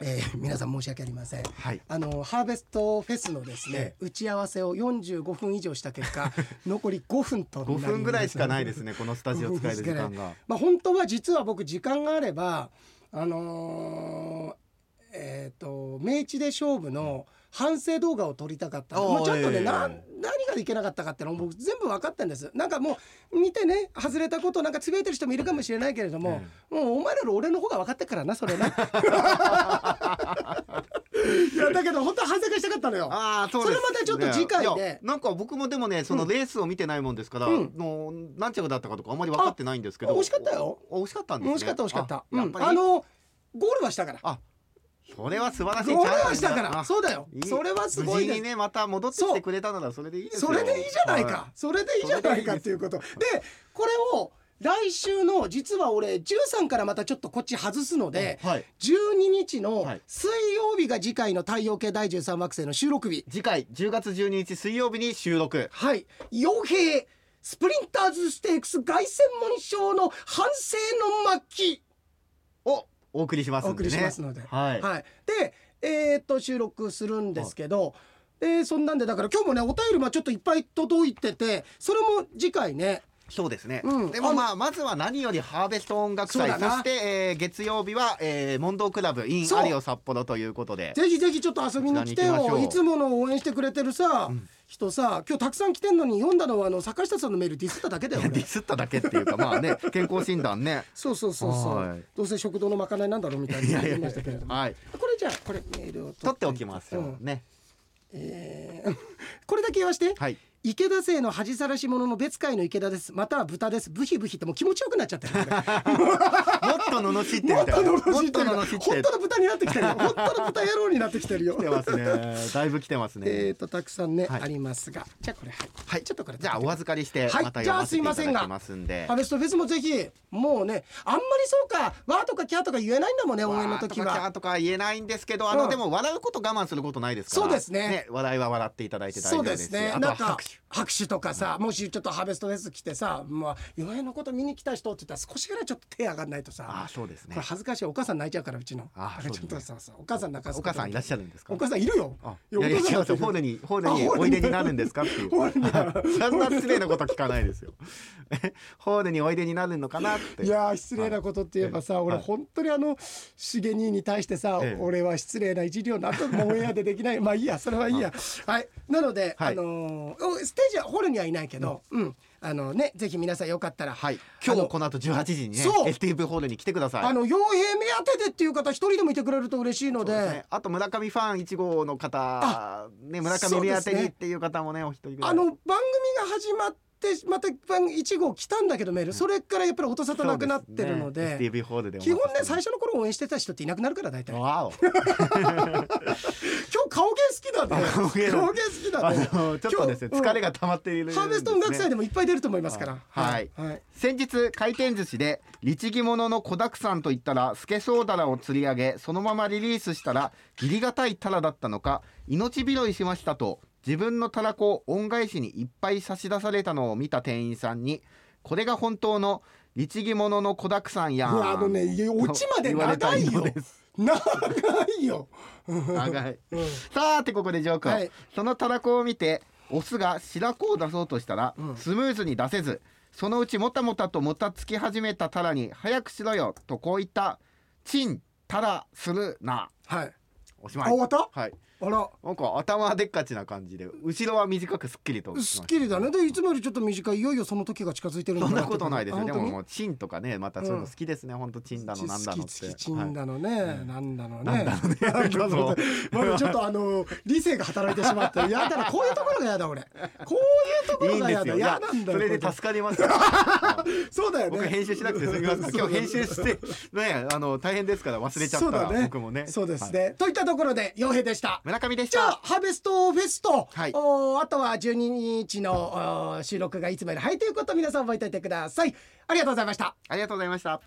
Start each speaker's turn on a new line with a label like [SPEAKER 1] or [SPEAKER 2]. [SPEAKER 1] えー皆さん申し訳ありません。
[SPEAKER 2] はい
[SPEAKER 1] あのハーベストフェスのですね、
[SPEAKER 2] え
[SPEAKER 1] 打ち合わせを45分以上した結 果残り5分となり
[SPEAKER 2] 5
[SPEAKER 1] ます
[SPEAKER 2] 分ぐらいしかないですねこのスタジオ使える時
[SPEAKER 1] 5
[SPEAKER 2] 間
[SPEAKER 1] 分しか
[SPEAKER 2] が
[SPEAKER 1] ないまあ本当は実は僕時間があればあのーえっ、と明治で勝負の反省動画を撮りたかったの。
[SPEAKER 2] あー
[SPEAKER 1] まあちょっとね、
[SPEAKER 2] ええ
[SPEAKER 1] なん何がいけなかったかってのは僕全部分かったんです。なんかもう見てね外れたことなんかつぶやいてる人もいるかもしれないけれども、もうお前らの俺の方が分かってっからなそれ な。いやだけど本当は反省会したかったのよ。
[SPEAKER 2] ああそうです
[SPEAKER 1] それまたちょっと次回で
[SPEAKER 2] いやなんか僕もでもねそのレースを見てないもんですから、
[SPEAKER 1] うん
[SPEAKER 2] もう何着だったかとかあんまり分かってないんですけど
[SPEAKER 1] あ惜しかったよ
[SPEAKER 2] お惜しかったんですね
[SPEAKER 1] 惜しかった惜しかった。
[SPEAKER 2] あ
[SPEAKER 1] う
[SPEAKER 2] やっ
[SPEAKER 1] ん
[SPEAKER 2] ぱり、
[SPEAKER 1] あのゴールはしたから。
[SPEAKER 2] あそれは素晴らしい
[SPEAKER 1] ゴールはしたか
[SPEAKER 2] チャンスだ
[SPEAKER 1] ら。
[SPEAKER 2] あ
[SPEAKER 1] そうだよ
[SPEAKER 2] いい。
[SPEAKER 1] それはすごい
[SPEAKER 2] 無
[SPEAKER 1] です
[SPEAKER 2] 事に。ねまた戻ってきてくれたならそれでいいですよ
[SPEAKER 1] それでいいじゃないか、
[SPEAKER 2] は
[SPEAKER 1] それでいいじゃないかっていうことでこれを来週の実は俺13からまたちょっとこっち外すので、
[SPEAKER 2] はい
[SPEAKER 1] 12日の
[SPEAKER 2] はい
[SPEAKER 1] 水曜日が次回の太陽系第13惑星の収録日
[SPEAKER 2] 次回10月12日水曜日に収録
[SPEAKER 1] はい傭兵スプリンターズステークス凱旋門賞の反省の末期
[SPEAKER 2] をお送りしますんで、ね、
[SPEAKER 1] お送りしますので
[SPEAKER 2] はい、
[SPEAKER 1] でえーっと収録するんですけど、でそんなんでだから今日もねお便りもちょっといっぱい届いててそれも次回ね
[SPEAKER 2] そうですね、
[SPEAKER 1] うん
[SPEAKER 2] でもまあまずは何よりハーベスト音楽
[SPEAKER 1] そう
[SPEAKER 2] 祭
[SPEAKER 1] だ
[SPEAKER 2] そ
[SPEAKER 1] な
[SPEAKER 2] して、えー月曜日は、えー、問答クラブ in
[SPEAKER 1] そう
[SPEAKER 2] アリオ札幌ということで
[SPEAKER 1] ぜひぜひちょっと遊びに来て
[SPEAKER 2] こちらに行きまし
[SPEAKER 1] よ
[SPEAKER 2] ょう
[SPEAKER 1] いつもの応援してくれてるさ、人さ今日たくさん来てんのに読んだのはあの坂下さんのメールディスっただけだよ
[SPEAKER 2] ディ
[SPEAKER 1] 俺
[SPEAKER 2] スっただけっていうかまあ ね健康診断ね
[SPEAKER 1] そうそうそうそ
[SPEAKER 2] はいう
[SPEAKER 1] どうせ食堂のまかないなんだろうみたい
[SPEAKER 2] い
[SPEAKER 1] な
[SPEAKER 2] やい
[SPEAKER 1] 言い
[SPEAKER 2] や
[SPEAKER 1] ま
[SPEAKER 2] いや
[SPEAKER 1] したけれども
[SPEAKER 2] はい
[SPEAKER 1] これじゃあこれメールを
[SPEAKER 2] 取っておきますよ、
[SPEAKER 1] うん
[SPEAKER 2] ね
[SPEAKER 1] えー これだけ言わして、
[SPEAKER 2] はい
[SPEAKER 1] 池田製の恥さらし者の別会の池田ですまたは豚ですブヒブヒってもう気持ちよくなっちゃってる俺
[SPEAKER 2] もっと罵ってみ た
[SPEAKER 1] も
[SPEAKER 2] い
[SPEAKER 1] っと
[SPEAKER 2] な
[SPEAKER 1] のろしってる
[SPEAKER 2] も
[SPEAKER 1] 本
[SPEAKER 2] っと罵って
[SPEAKER 1] 当の豚になってきてる よ本当の豚野郎になってきてるよ
[SPEAKER 2] 来てますねだいぶ来てますね、
[SPEAKER 1] えーとたくさんね、
[SPEAKER 2] はい
[SPEAKER 1] ありますがじゃあこれはい、
[SPEAKER 2] はい
[SPEAKER 1] ちょっとこれ
[SPEAKER 2] じゃあお預かりして
[SPEAKER 1] はい
[SPEAKER 2] また読ませていただきますんで、
[SPEAKER 1] ハベストフェスもぜひもうねあんまりそうかわーとかキャーとか言えないんだもんね応援の時
[SPEAKER 2] わーとかキャー
[SPEAKER 1] は
[SPEAKER 2] とか言えないんですけどあの、
[SPEAKER 1] うん
[SPEAKER 2] でも笑うこと我慢することないですから
[SPEAKER 1] そうですね
[SPEAKER 2] 笑いは笑っていただいて大丈
[SPEAKER 1] そ
[SPEAKER 2] 夫
[SPEAKER 1] う
[SPEAKER 2] で
[SPEAKER 1] ですす
[SPEAKER 2] し
[SPEAKER 1] ね
[SPEAKER 2] あと
[SPEAKER 1] な
[SPEAKER 2] は
[SPEAKER 1] んか
[SPEAKER 2] 拍手
[SPEAKER 1] 拍手とかさ、もしちょっとハーベストフェス来てさまあ岩井のこと見に来た人って言ったら少しぐらいちょっと手上がんないとさ
[SPEAKER 2] ああそうですね
[SPEAKER 1] これ恥ずかしいお母さん泣いちゃうからうちの
[SPEAKER 2] あ
[SPEAKER 1] だからち
[SPEAKER 2] そう
[SPEAKER 1] ょっ
[SPEAKER 2] ですね
[SPEAKER 1] とささお母さん泣かす
[SPEAKER 2] お
[SPEAKER 1] こと
[SPEAKER 2] 母さんいらっしゃるんですか
[SPEAKER 1] お母さんいるよ
[SPEAKER 2] あ
[SPEAKER 1] いや
[SPEAKER 2] いやいや違
[SPEAKER 1] お母
[SPEAKER 2] うん
[SPEAKER 1] さん
[SPEAKER 2] ですよホールにホールに
[SPEAKER 1] あホールに
[SPEAKER 2] おいでになるんで すかっていう
[SPEAKER 1] ホールに
[SPEAKER 2] そんな失礼なこと聞かないですよ ホールにおいでになるのかなって
[SPEAKER 1] いやー失礼なことって言えばさ、
[SPEAKER 2] はい
[SPEAKER 1] 俺
[SPEAKER 2] はい
[SPEAKER 1] 本当にあの重兄に対してさ、
[SPEAKER 2] ええ
[SPEAKER 1] 俺は失礼な一両なともオンエアでできないまあい いやそれはいいやはいなので、
[SPEAKER 2] はい
[SPEAKER 1] あのーおステージはホールにはいないけど、うんあのねぜひ皆さんよかったら、
[SPEAKER 2] はい今
[SPEAKER 1] あ
[SPEAKER 2] 日
[SPEAKER 1] の
[SPEAKER 2] この後18時にね
[SPEAKER 1] そう
[SPEAKER 2] STV ホールに来てください
[SPEAKER 1] あの傭兵目当てでっていう方一人でもいてくれると嬉しいので
[SPEAKER 2] そうですねあと村上ファン1号の方ね村上目当てにっていう方もねお一人ぐらい
[SPEAKER 1] あの番組が始まってまた番1号来たんだけどメール、それからやっぱり音沙汰なくなってるので
[SPEAKER 2] STV ホールでお待ち
[SPEAKER 1] 基
[SPEAKER 2] してます
[SPEAKER 1] 本ね最初の頃応援してた人っていなくなるから大体今
[SPEAKER 2] わお
[SPEAKER 1] 日顔芸好きだね
[SPEAKER 2] あ顔芸
[SPEAKER 1] 顔芸好きだ
[SPEAKER 2] あ
[SPEAKER 1] ね
[SPEAKER 2] のちょっとですね
[SPEAKER 1] 今日
[SPEAKER 2] 疲れが溜まっているんですね
[SPEAKER 1] ハーベスト音楽祭でもいっぱい出ると思いますから。
[SPEAKER 2] はい
[SPEAKER 1] はい。
[SPEAKER 2] 先日回転寿司で律儀物の小沢さんといったらスケソウダラを釣り上げそのままリリースしたら義理がたいタラだったのか命拾いしましたと自分のタラコを恩返しにいっぱい差し出されたのを見た店員さんにこれが本当の律儀物の小沢さんや
[SPEAKER 1] うわあのね、いやオチまで
[SPEAKER 2] 言われ
[SPEAKER 1] 長
[SPEAKER 2] た
[SPEAKER 1] い
[SPEAKER 2] よ
[SPEAKER 1] よ
[SPEAKER 2] うで。
[SPEAKER 1] 長いよ。
[SPEAKER 2] 長い
[SPEAKER 1] うん
[SPEAKER 2] さあてここでジョー君、
[SPEAKER 1] はい
[SPEAKER 2] そのたらこを見てオスが白子を出そうとしたら、
[SPEAKER 1] うん
[SPEAKER 2] スムーズに出せずそのうちもたもたともたつき始めたタラに「早くしろよ」とこう言った「チンタラするな
[SPEAKER 1] はい。」
[SPEAKER 2] おし
[SPEAKER 1] あ
[SPEAKER 2] まい
[SPEAKER 1] 終わった？
[SPEAKER 2] はい
[SPEAKER 1] あら。
[SPEAKER 2] なんか頭でっかちな感じで後ろは短くすっきりと
[SPEAKER 1] すっきりだね。でいつもよりちょっと短い。いよいよその時が近づいてる
[SPEAKER 2] そ
[SPEAKER 1] だ
[SPEAKER 2] んなことないですよで
[SPEAKER 1] あ本
[SPEAKER 2] も
[SPEAKER 1] 当に
[SPEAKER 2] もうチンとかねまたそういうの好きですね、ほんとチンだのなんだの
[SPEAKER 1] チ
[SPEAKER 2] っ
[SPEAKER 1] キチ
[SPEAKER 2] て
[SPEAKER 1] キチンだのね、なんだのね。
[SPEAKER 2] なんだのね
[SPEAKER 1] なんだのねまだちょっとあの理性が働いてしまって、やだなこういうところがやだ俺。こういうとこ
[SPEAKER 2] はい、い
[SPEAKER 1] ろ
[SPEAKER 2] いん
[SPEAKER 1] が
[SPEAKER 2] で
[SPEAKER 1] や
[SPEAKER 2] す
[SPEAKER 1] だ。
[SPEAKER 2] よい
[SPEAKER 1] や
[SPEAKER 2] や
[SPEAKER 1] なんだよ。
[SPEAKER 2] それで助かりますよ
[SPEAKER 1] そうだよね。
[SPEAKER 2] 僕編集しなくて済みます から今日編集してねあの大変ですから忘れちゃったら、
[SPEAKER 1] そうだね
[SPEAKER 2] 僕もね
[SPEAKER 1] そうです
[SPEAKER 2] はい
[SPEAKER 1] ね、といったところで傭兵でした
[SPEAKER 2] 村上でし
[SPEAKER 1] じゃあ
[SPEAKER 2] た
[SPEAKER 1] ハーベストフェスト、
[SPEAKER 2] はい
[SPEAKER 1] おーあとは12日のおー収録がいつもより早いということを皆さん覚えておいてくださいありがとうございました
[SPEAKER 2] ありがとうございました